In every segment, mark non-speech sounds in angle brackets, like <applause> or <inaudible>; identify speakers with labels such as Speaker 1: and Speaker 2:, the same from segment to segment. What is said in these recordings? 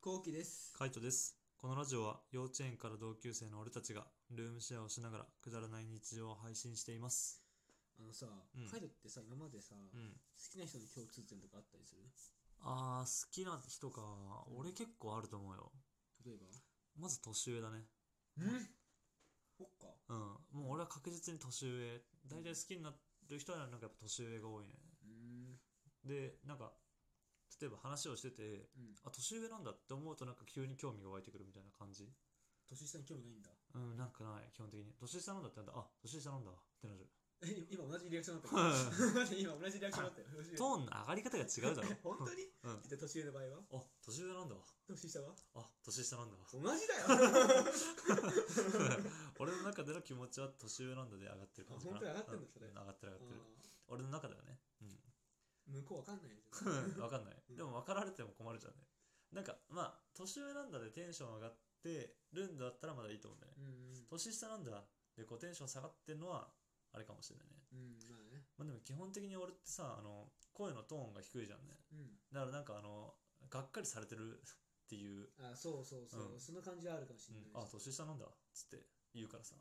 Speaker 1: こうきです。
Speaker 2: カイトです。このラジオは幼稚園から同級生の俺たちがルームシェアをしながらくだらない日常を配信しています。
Speaker 1: あのさ、
Speaker 2: うん
Speaker 1: カイトってさ、今までさ、
Speaker 2: う
Speaker 1: 好
Speaker 2: ん。
Speaker 1: きな人の共通点とかあったりする
Speaker 2: あー、好きな人か。俺結構あると思うよ。
Speaker 1: 例えば
Speaker 2: まず年上だね。
Speaker 1: うんそっか。
Speaker 2: うん。もう俺は確実に年上。大体好きになる人はなんかやっぱ年上が多いね。
Speaker 1: うーん。
Speaker 2: で、なんか、例えば話をしてて、
Speaker 1: うん。
Speaker 2: あ、年上なんだって思うとなんか急に興味が湧いてくるみたいな感じ。
Speaker 1: 年下に興味ないんだ。
Speaker 2: うん、なんかない、基本的に。年下なんだってなんだ、あ、年下なんだってなる。
Speaker 1: え、今同じリアクションだったけど待って <laughs> 今同じリアクションだったよ。年上
Speaker 2: トーンの上がり方が違うだろ
Speaker 1: <laughs> 。本当に
Speaker 2: うん。
Speaker 1: で、年上の場合は
Speaker 2: あ、年上なんだ。
Speaker 1: 年下は
Speaker 2: あ、年
Speaker 1: <laughs>
Speaker 2: 下なんだ。
Speaker 1: 同じだよ
Speaker 2: <laughs> 俺の中での気持ちは年上なんだで上がってる感じかな。
Speaker 1: あ本当に上がってんだ
Speaker 2: う
Speaker 1: それ
Speaker 2: う上がってる上
Speaker 1: あ
Speaker 2: がってる。俺の中ではね。
Speaker 1: ー <laughs> 向こうわか
Speaker 2: <laughs>
Speaker 1: んないよ。 <laughs>
Speaker 2: うん。わかんない。
Speaker 1: うん
Speaker 2: でも分かられても困るじゃんね。なんか、まあ、年上なんだでテンション上がってるんだったらまだいいと思うんだよ
Speaker 1: う
Speaker 2: ね。
Speaker 1: んうん。
Speaker 2: 年下なんだでこうテンション下がってるのは、あれかもしれないね。
Speaker 1: うん、まあね。
Speaker 2: まあでも基本的に俺ってさ、あの、声のトーンが低いじゃんね。
Speaker 1: うん。
Speaker 2: だからなんかあの、がっかりされてるっていう
Speaker 1: あ、そうそうそう。
Speaker 2: うん
Speaker 1: その感じはあるかもしれないし。
Speaker 2: うん、あ年下なんだっつって言うからさ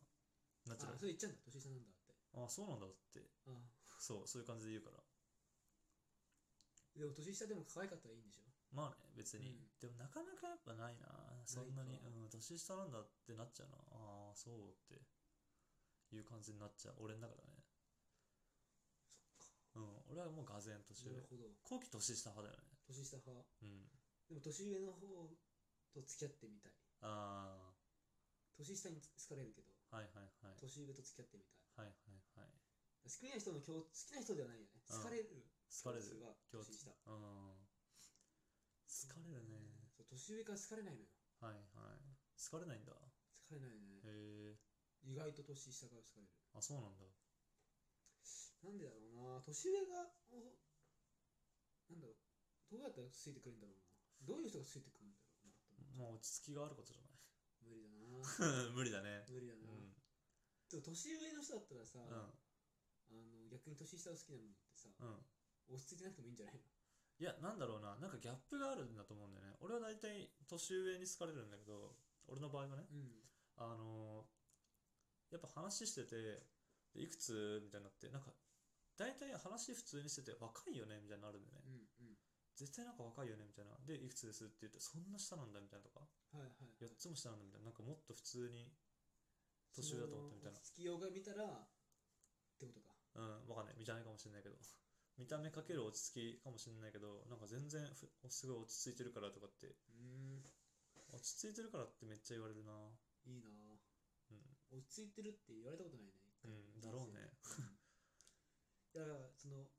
Speaker 2: ナチュラ
Speaker 1: あ
Speaker 2: ル
Speaker 1: それ言っちゃうんだ。年下なんだって。
Speaker 2: あそうなんだって
Speaker 1: あ
Speaker 2: そうそういう感じで言うから
Speaker 1: でも年下でも可愛かったらいいんでしょ
Speaker 2: まあね別に、
Speaker 1: うん
Speaker 2: でもなかなかやっぱないなそんなに
Speaker 1: ないか
Speaker 2: うん、年下なんだってなっちゃうなああそうっていう感じになっちゃう俺の中だねうん俺はもうがぜん年
Speaker 1: な
Speaker 2: 上
Speaker 1: るほど。
Speaker 2: 後期年下派だよね
Speaker 1: 年下派。
Speaker 2: うん
Speaker 1: でも年上の方と付き合ってみたい。
Speaker 2: あ
Speaker 1: 年下に好かれるけど、
Speaker 2: あはいはいはい
Speaker 1: 年上と付き合ってみたい。
Speaker 2: はいはいは
Speaker 1: 好
Speaker 2: い
Speaker 1: きな人の共好きな人ではないよね。
Speaker 2: うん
Speaker 1: 好かれる
Speaker 2: 疲れ
Speaker 1: 人
Speaker 2: る
Speaker 1: が
Speaker 2: 共
Speaker 1: 年
Speaker 2: 通
Speaker 1: 下。
Speaker 2: うん疲れるね
Speaker 1: そう年上から好かれないのよ。
Speaker 2: はいはい好かれないんだ
Speaker 1: 好かれない
Speaker 2: へ
Speaker 1: ね。
Speaker 2: え
Speaker 1: 意外と年下から好かれる。
Speaker 2: あそうなんだ
Speaker 1: なんでだろうな。年上が、おなんだろう。どうやったらついてくるんだろうな。どういう人がついてくるんだろうなと思って。
Speaker 2: まあ落ち着きがあることじゃ
Speaker 1: 無理だ
Speaker 2: <laughs>
Speaker 1: な。
Speaker 2: ない <laughs> 無
Speaker 1: 無理
Speaker 2: 理だね
Speaker 1: だ
Speaker 2: う
Speaker 1: な。
Speaker 2: ん
Speaker 1: でも年上の人だったらさ、
Speaker 2: うん
Speaker 1: あの逆に年下を好きなのってさ、
Speaker 2: うん
Speaker 1: 落ち着いてなくてもいいんじゃないの
Speaker 2: いやなんだろうななんかギャップがあるんだと思うんだよね俺は大体年上に好かれるんだけど俺の場合はね
Speaker 1: うん。
Speaker 2: あのーやっぱ話しててでいくつみたいになってなんか大体話普通にしてて若いよねみたいになるんだよね
Speaker 1: うんうん。
Speaker 2: 絶対なんか若いよねみたいなでいくつですって言ってそんな下なんだみたいなとか
Speaker 1: はいはい、
Speaker 2: 4
Speaker 1: はい。
Speaker 2: つも下なんだみたいななんかもっと普通に年上だと思ったみたいな
Speaker 1: その月夜が見たら、ってことか。
Speaker 2: うん、わかんない。見た目かもしれないけど。見た目かける落ち着きかもしれないけど、なんか全然ふ、すごい落ち着いてるからとかって、
Speaker 1: うー
Speaker 2: 落ち着いてるからってめっちゃ言われるな。
Speaker 1: ん、いいなぁ
Speaker 2: うん、
Speaker 1: 落ち着いてるって言われたことないね。
Speaker 2: うん、だろうね。
Speaker 1: だから、その、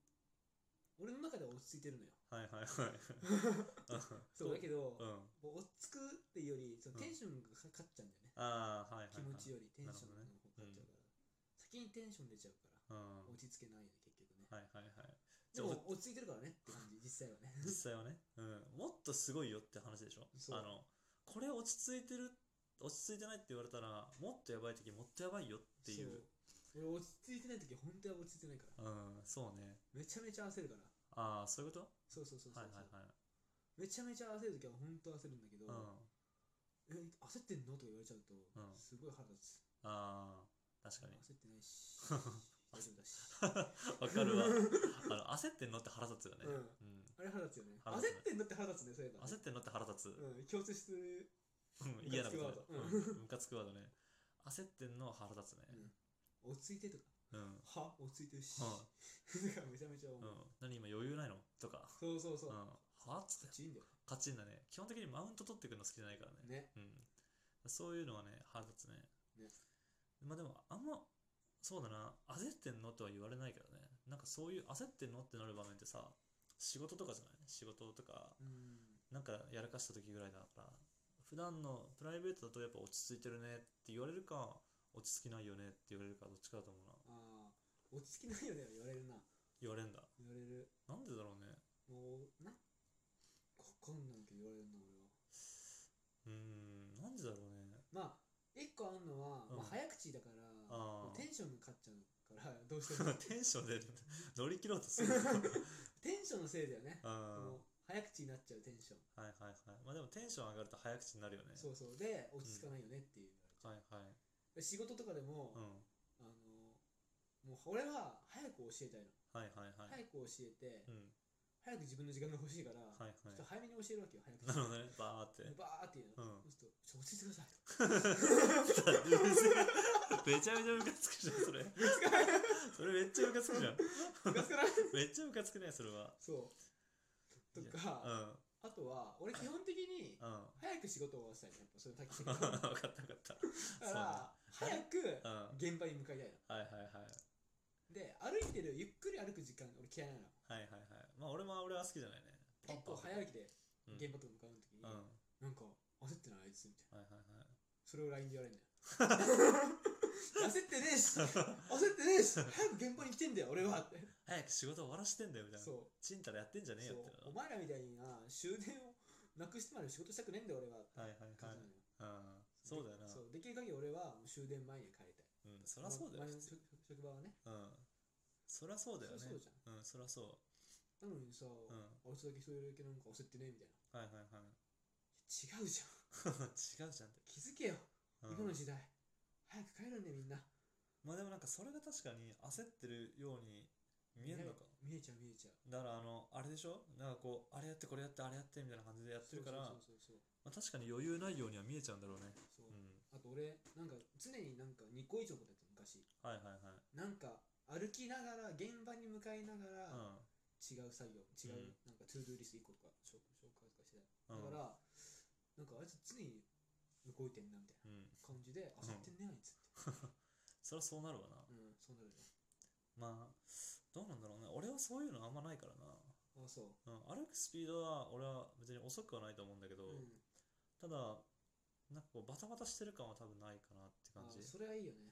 Speaker 1: 俺の中では落ち着いてる
Speaker 2: <laughs>
Speaker 1: のよ。
Speaker 2: はい
Speaker 1: <laughs>
Speaker 2: はいはい。
Speaker 1: そうだけど、
Speaker 2: うん。
Speaker 1: もう落ち着くっていうより、その
Speaker 2: うん
Speaker 1: テンションがかかっちゃうんだよね。
Speaker 2: ああ、はいはい、はい。
Speaker 1: 気持ちよりテンションの
Speaker 2: な
Speaker 1: 方が
Speaker 2: る
Speaker 1: かかっちゃうから、先にテンション出ちゃうから、
Speaker 2: うん。
Speaker 1: 落ち着けないよね、結局ね。
Speaker 2: はいはいはい。
Speaker 1: で
Speaker 2: じゃあ
Speaker 1: も落ち着いてるからねって感じ、実際はね。
Speaker 2: 実際はね、うん、もっとすごいよって話でしょ
Speaker 1: そう
Speaker 2: あのこれ落ち着いてる落ち着いてないって言われたらもっとやばい時もっとやばいよっていう
Speaker 1: そう。俺落ち着いてない時本当は落ち着いてないから。
Speaker 2: うんそうね
Speaker 1: めちゃめちゃ焦るから。
Speaker 2: ああそういうこ
Speaker 1: そうそうそうそ
Speaker 2: と
Speaker 1: う、そ
Speaker 2: はいうはいはい
Speaker 1: めちゃめちゃ焦るときは本当焦るんだけど、
Speaker 2: うん
Speaker 1: え焦ってんのとか言われちゃうと、
Speaker 2: うん
Speaker 1: すごい腹立つ。
Speaker 2: ああ確かに
Speaker 1: 焦ってない
Speaker 2: <laughs>
Speaker 1: し、大丈夫だし。
Speaker 2: わかるわ。
Speaker 1: <laughs>
Speaker 2: あの焦ってんのって腹立つよね。
Speaker 1: うん
Speaker 2: う
Speaker 1: あれ腹立つよね。
Speaker 2: 腹
Speaker 1: 焦
Speaker 2: 立つね
Speaker 1: ってんのって腹立つね、そういえば
Speaker 2: ん。
Speaker 1: ね、
Speaker 2: 焦ってんのって腹立つ。
Speaker 1: うん、共通してる。
Speaker 2: うん嫌なことね。
Speaker 1: ムカつくワー
Speaker 2: うんムカつくワードね。焦ってんのは腹立つね。
Speaker 1: 落ち着いてと <laughs> か、
Speaker 2: うん。
Speaker 1: は落ち着いてるし。
Speaker 2: うん
Speaker 1: だからめちゃめちゃ思
Speaker 2: う
Speaker 1: う。
Speaker 2: ん。何今余裕ないのとか。
Speaker 1: そうそう
Speaker 2: う
Speaker 1: そ
Speaker 2: ん。
Speaker 1: う。
Speaker 2: はっつって。
Speaker 1: ちいいんだよ。
Speaker 2: カチンだね。基本的にマウント取ってくるの好きじゃないからね。
Speaker 1: ね。
Speaker 2: うん。そういうのはね、腹立つね。
Speaker 1: ね
Speaker 2: まあでも、あんま、そうだな。焦ってんのとは言われないけどね。なんかそういう焦ってんのってなる場面ってさ、仕事とかじゃない仕事とか。
Speaker 1: うん。
Speaker 2: なんかやらかした時ぐらいだから普段のプライベートだとやっぱ落ち着いてるねって言われるか落ち着きないよねって言われるかどっちかだと思うな
Speaker 1: ああ、落ち着きないよね、言われるな。
Speaker 2: 言われんだ
Speaker 1: 言われる。
Speaker 2: なんでだろうね
Speaker 1: もう、な、わかんないけど言われるな、俺は。
Speaker 2: うーんなんでだろうね <laughs>
Speaker 1: まあ、一個あるのは、
Speaker 2: うん
Speaker 1: まあ、早口だから、
Speaker 2: あ
Speaker 1: も
Speaker 2: ー
Speaker 1: うテンションが勝っちゃうから、どう
Speaker 2: <laughs>
Speaker 1: しても。
Speaker 2: テンションで乗り切ろうとするうん
Speaker 1: テンションのせいだよね。
Speaker 2: は
Speaker 1: もう早口になっちゃうテンション。
Speaker 2: いはいはいまあでもテンンション上がると早口になるよね。
Speaker 1: そうそうで落ち着かないよねっていう、
Speaker 2: はいはい。
Speaker 1: で仕事とかでも、
Speaker 2: うん。
Speaker 1: あのもう俺は早く教えたいの、
Speaker 2: はいはいはい。
Speaker 1: 早く教えて、
Speaker 2: うん。
Speaker 1: 早く自分の時間が欲しいから、
Speaker 2: はい
Speaker 1: ちょっと
Speaker 2: は
Speaker 1: 早めに教えるわけよ早く
Speaker 2: <laughs> い。なるほどね。バーって。
Speaker 1: バーっていうの、
Speaker 2: うん
Speaker 1: そうするとちょっと落ち着いてください
Speaker 2: <laughs> めちゃめちゃムカつくじゃん、それ。それめっちゃムカつくじゃん。
Speaker 1: ム
Speaker 2: <laughs>
Speaker 1: カつかない
Speaker 2: めっちゃムカつくね、それは。
Speaker 1: そうと
Speaker 2: う
Speaker 1: か、
Speaker 2: ん。
Speaker 1: あとは俺基本的に
Speaker 2: うん。
Speaker 1: 早く仕事を終わらせたいのやっぱそれさっ
Speaker 2: <laughs>
Speaker 1: き
Speaker 2: 分
Speaker 1: 言
Speaker 2: かっ
Speaker 1: った
Speaker 2: た分かった。
Speaker 1: だから
Speaker 2: そうね
Speaker 1: 早く
Speaker 2: うん。
Speaker 1: 現場に向かいたいの
Speaker 2: はいはいはい。
Speaker 1: で歩いてるゆっくり歩く時間俺嫌いなの
Speaker 2: はいはいはい。まあ俺も俺は好きじゃないね。ポン
Speaker 1: 結
Speaker 2: ポン
Speaker 1: 構早歩きで
Speaker 2: うん
Speaker 1: 現場とか向かう時に、
Speaker 2: うん。はい
Speaker 1: なんか焦ってないあいつみたいな
Speaker 2: はい
Speaker 1: それを LINE で言われるん
Speaker 2: <laughs>
Speaker 1: だよ焦ってねえし焦ってねえし早く現場に来てんだよ俺はって
Speaker 2: はい。早く仕事終わらしてんだよみたいな。
Speaker 1: そう
Speaker 2: ちんたらやってんじゃねえよって
Speaker 1: そうお前
Speaker 2: な。
Speaker 1: らみたいにな終電をなくしてまで仕事したくねえんだよ俺はって
Speaker 2: はいはい
Speaker 1: 感
Speaker 2: は
Speaker 1: じなのよ。
Speaker 2: いうん。そうだよな。
Speaker 1: そうできる限り俺はもう終電前に帰りたい
Speaker 2: うん。そりゃそうだよ。
Speaker 1: ま前
Speaker 2: 普
Speaker 1: の職
Speaker 2: 通
Speaker 1: 職場はね
Speaker 2: うん。そりゃそうだよね
Speaker 1: そりゃそうじ。
Speaker 2: うん。そりゃそう。
Speaker 1: なのにさ、
Speaker 2: う
Speaker 1: あ
Speaker 2: ん。
Speaker 1: いつだけ一人だけなんか焦ってねえみたい
Speaker 2: はいはいはい。 <laughs>
Speaker 1: な違うじゃん
Speaker 2: 違うじゃんって。
Speaker 1: 気づけよ、
Speaker 2: うん
Speaker 1: 今の時代早く帰るんだよみんな
Speaker 2: まあでもなんかそれが確かに焦ってるように見えるのか。
Speaker 1: 見えちゃう見えちゃう
Speaker 2: だからあの、あれでしょなんかこう、あれやってこれやってあれやってみたいな感じでやってるから、
Speaker 1: そうそうそうそう
Speaker 2: まあ、確かに余裕ないようには見えちゃうんだろうね。。
Speaker 1: そううんあと俺なんか常になんか2個以上ことやってた昔
Speaker 2: はいはいはい。
Speaker 1: なんか歩きながら現場に向かいなが
Speaker 2: う
Speaker 1: ら
Speaker 2: ん。
Speaker 1: 違う作業、違
Speaker 2: う
Speaker 1: うんなんかトゥードゥーリスト1個とか紹紹介とかして
Speaker 2: う
Speaker 1: た
Speaker 2: ん
Speaker 1: だからなんかあいつ常に動いてんなみたいな
Speaker 2: うん、
Speaker 1: 感じで焦ってんねあいつって
Speaker 2: そりゃそうなるわな。
Speaker 1: うんそうなるよ
Speaker 2: まあ、どうなんだろうね。俺はそういうのあんまないから
Speaker 1: あそう
Speaker 2: な。うん、歩くスピードは俺は別に遅くはないと思うんだけど、
Speaker 1: うん
Speaker 2: ただ、なんかこうバタバタしてる感は多分ないかなって感
Speaker 1: あ
Speaker 2: じ。
Speaker 1: それはいいよね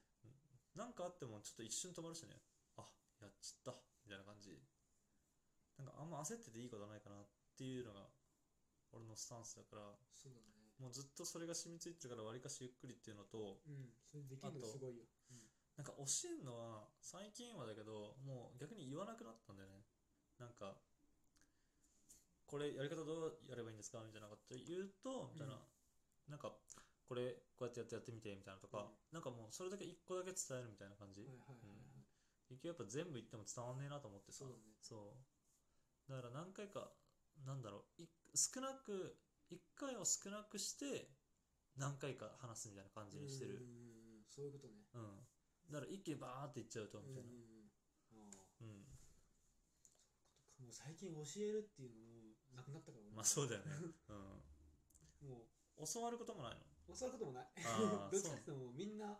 Speaker 2: なんかあってもちょっと一瞬止まるしね。あ、やっちゃった。みたいな感じ。なんかあんま焦ってていいことはないかなっていうのが俺のスタンスだから、
Speaker 1: そうだね
Speaker 2: もうずっとそれが染みついてるからわりかしゆっくりっていうのと、
Speaker 1: うんそれできる
Speaker 2: あ
Speaker 1: の
Speaker 2: と
Speaker 1: すごいよ
Speaker 2: なんか教えるのは最近はだけどもう逆に言わなくなったんだよねなんかこれやり方どうやればいいんですかみたいなこと言うとみたいな、
Speaker 1: うん
Speaker 2: なんかこれこうやってやってやってみてみたいなと
Speaker 1: う
Speaker 2: か、
Speaker 1: ん
Speaker 2: なんかもうそれだけ一個だけ伝えるみたいな感じ、
Speaker 1: はいはいはいはいはい
Speaker 2: 結局やっぱ全部言っても伝わんねえなと思ってさ
Speaker 1: そうだね
Speaker 2: そうだから何回かなんだろうい少なく1回を少なくして何回か話すみたいな感じにして
Speaker 1: う
Speaker 2: る、
Speaker 1: んうんうんうんそういうことね
Speaker 2: うん。だから一気にバーっていっちゃうと、みたいな
Speaker 1: う。んうんうんああ
Speaker 2: うん。
Speaker 1: もう最近教えるっていうのもなくなったから俺
Speaker 2: まあそうだ
Speaker 1: <laughs>
Speaker 2: よね。う
Speaker 1: も
Speaker 2: ん。教わること
Speaker 1: <laughs>
Speaker 2: もないの。
Speaker 1: う教わることもない
Speaker 2: あー
Speaker 1: <laughs> どっちかっていうともうみんな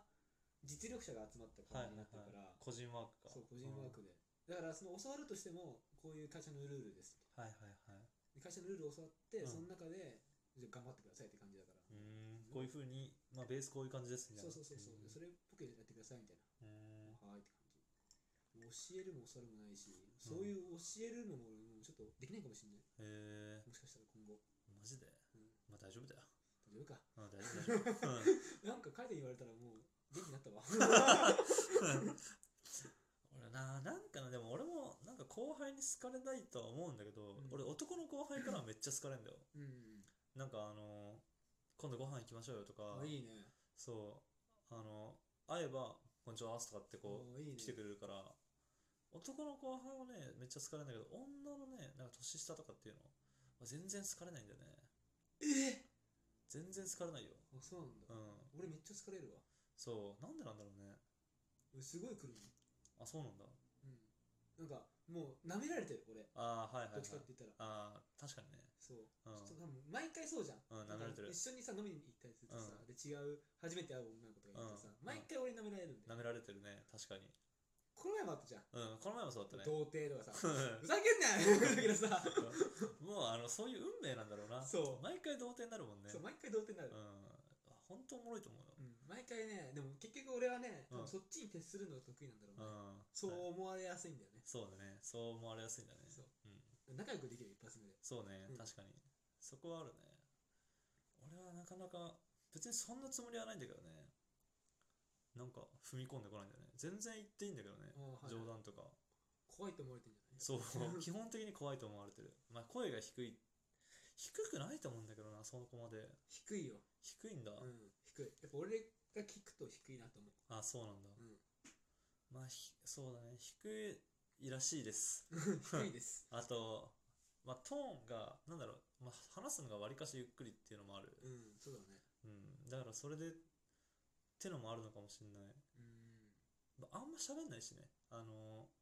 Speaker 1: 実力者が集まった
Speaker 2: はいは
Speaker 1: 感じに
Speaker 2: い
Speaker 1: ないってる
Speaker 2: は
Speaker 1: から、。
Speaker 2: 個人ワークか。
Speaker 1: そう個人ワークで、だからその教わるとしてもこういう会社のルールです
Speaker 2: うん。はいはいはい。
Speaker 1: で会社のルールを教わって、
Speaker 2: うん
Speaker 1: その中でじゃあ頑張ってくださいって感じだから、
Speaker 2: うーん。こういうふうに、まあベースこういう感じですみたい
Speaker 1: そう
Speaker 2: な。
Speaker 1: そうそうそう、
Speaker 2: ん
Speaker 1: それっぽくやってくださいみたいな
Speaker 2: うーん。
Speaker 1: はーいって感じ教えるも教わるもないし、そういう教えるのももうちょっとできないかもしれない
Speaker 2: へえ。
Speaker 1: もしかしたら今後
Speaker 2: マジで
Speaker 1: うん
Speaker 2: まあ大丈夫だよ。
Speaker 1: 大丈夫か
Speaker 2: うん、大丈夫
Speaker 1: <laughs>
Speaker 2: 大丈夫。うん
Speaker 1: なんか彼に言われたらもう元気にな
Speaker 2: <laughs>
Speaker 1: ったわ
Speaker 2: 俺な、なんかな、でも俺も、なんか後輩に好かれないとは思うんだけど、
Speaker 1: うん
Speaker 2: 俺男の後輩からはめっちゃ好かれんだよ。
Speaker 1: うん
Speaker 2: なんかあの今度ご飯行きましょうよとか、
Speaker 1: あいいね
Speaker 2: そう、あの、会えば、こんにちはとかってこ、
Speaker 1: あいいうね
Speaker 2: 来てくれるから、男の後輩はね、めっちゃ好かれるんだけど、女のね、なんか年下とかっていうの、まあ全然好かれないんだよね。
Speaker 1: え
Speaker 2: 全然好かれないよ。
Speaker 1: あそうなんだ
Speaker 2: うん。
Speaker 1: 俺めっちゃ疲れるわ
Speaker 2: そう、なんでなんだろうね。
Speaker 1: 俺すごい来るの
Speaker 2: あ、そうなんだ。
Speaker 1: うんなんかもう舐められてる俺
Speaker 2: あーはいはい、
Speaker 1: どっ
Speaker 2: は
Speaker 1: ちかって。
Speaker 2: い
Speaker 1: 言ったら
Speaker 2: あー確かにね。
Speaker 1: そう
Speaker 2: うん
Speaker 1: ちょっと多分毎回そうじゃん
Speaker 2: うん舐められて
Speaker 1: だ
Speaker 2: る
Speaker 1: から一緒にさ飲みに行ったりするとさ
Speaker 2: う
Speaker 1: で違う初めて会う女の子とかいてさ
Speaker 2: うん
Speaker 1: 毎回俺舐められるんだよ
Speaker 2: 舐められてるね、確かに。
Speaker 1: この前もあったじゃん
Speaker 2: うん、この前もそうだったね。
Speaker 1: 童貞とかさふざけんなよだけどさ
Speaker 2: <laughs> もう、あの、そういう運命なんだろうな。
Speaker 1: そう
Speaker 2: 毎回童貞になるもんね。
Speaker 1: そう毎回童貞になる
Speaker 2: うん、あ本当おもろいと思うよ。
Speaker 1: うん毎回ねでも結局俺はね多
Speaker 2: うん
Speaker 1: 分そっちに徹するのが得意なんだろ
Speaker 2: う
Speaker 1: うね
Speaker 2: ん、
Speaker 1: そう
Speaker 2: はい
Speaker 1: 思われやすいんだよね
Speaker 2: そうだね。そう思われやすいんだね。、
Speaker 1: そうん仲良くできる一発目で
Speaker 2: そうね、
Speaker 1: うん
Speaker 2: 確かに。そこはあるね。俺はなかなか、別にそんなつもりはないんだけどね。なんか踏み込んでこないんだよね。全然言っていいんだけどね
Speaker 1: あ。ーはい
Speaker 2: 冗談とか。 <laughs>
Speaker 1: 怖いと思われてんじゃない
Speaker 2: そう、基本的に怖いと思われてる。まあ、声が低い。低くないと思うんだけどなそこまで
Speaker 1: 低いよ。
Speaker 2: 低いんだ、
Speaker 1: うん、低い。やっぱ俺が聞くと低いなと思
Speaker 2: あそうなんだ
Speaker 1: う。
Speaker 2: まあひそうだね低いらしいです
Speaker 1: うん、
Speaker 2: <laughs>
Speaker 1: 低いです。
Speaker 2: あと、まあ、トーンがなんだろう、まあ、話すのがわりかしゆっくりっていうのもある、
Speaker 1: うん、そうだね。
Speaker 2: うん、だからそれでってのもあるのかもしれない
Speaker 1: うん。
Speaker 2: まああんま喋んないしねあのー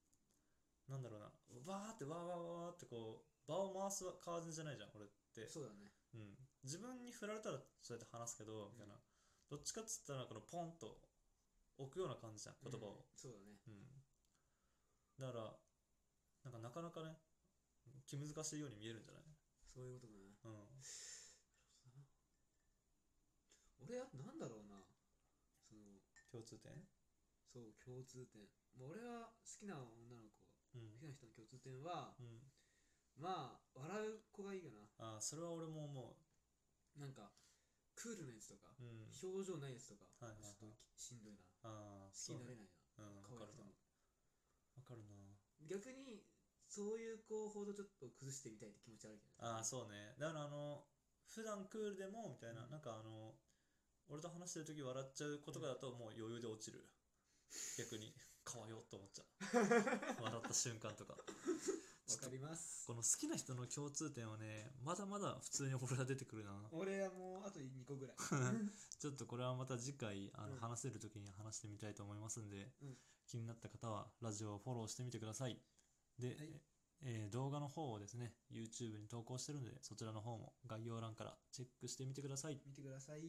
Speaker 2: なんだろうなわーってわーわーわーってこう場を回す感じじゃないじゃん俺って
Speaker 1: そうだね。
Speaker 2: うん、自分に振られたらそうやって話すけどみたいな、どっちかっつったらこのポンと置くような感じじゃん言葉を、
Speaker 1: うんそうだね。
Speaker 2: うんだからなんかなかなかね気難しいように見えるんじゃない
Speaker 1: そういうことだね。
Speaker 2: うん
Speaker 1: 俺、あとなんだろうな。その、
Speaker 2: 共通点
Speaker 1: そう、共通点。まあ、俺は好きな女の子、
Speaker 2: うん、
Speaker 1: 好きな人の共通点は、
Speaker 2: うん、
Speaker 1: まあ、笑う子がいいよな。
Speaker 2: ああそれは俺も思
Speaker 1: なんか、クールなやつとか、
Speaker 2: ううん
Speaker 1: 表情ないやつとか、
Speaker 2: はいはいは
Speaker 1: ちょ
Speaker 2: い
Speaker 1: っときしんどいな。好
Speaker 2: ああ
Speaker 1: きになれ
Speaker 2: い
Speaker 1: ない
Speaker 2: うん
Speaker 1: な。
Speaker 2: わ
Speaker 1: 可
Speaker 2: か
Speaker 1: 愛く
Speaker 2: る
Speaker 1: て
Speaker 2: な
Speaker 1: も。
Speaker 2: わかる
Speaker 1: 逆に、そういう子ほどちょっと崩してみたいって気持ちあるけどね、
Speaker 2: なああそうねだからあの普段クールでもみたいな、
Speaker 1: うん
Speaker 2: なんかあの俺と話してる時笑っちゃうことがだともう余裕で落ちる逆にかわよって思っちゃう笑った瞬間とかちょ
Speaker 1: わ
Speaker 2: っ
Speaker 1: か
Speaker 2: と
Speaker 1: ります。
Speaker 2: この好きな人の共通点はねまだまだ普通に俺は出てくるな
Speaker 1: 俺はもうあと2個ぐらい。
Speaker 2: ちょっとこれはまた次回あの、
Speaker 1: うん
Speaker 2: 話せる時に話してみたいと思いますんで、
Speaker 1: うん
Speaker 2: 気になった方はラジオをフォローしてみてくださいで、
Speaker 1: はい
Speaker 2: えー動画の方をですね YouTube に投稿してるのでそちらの方も概要欄からチェックしてみてください
Speaker 1: 見てください。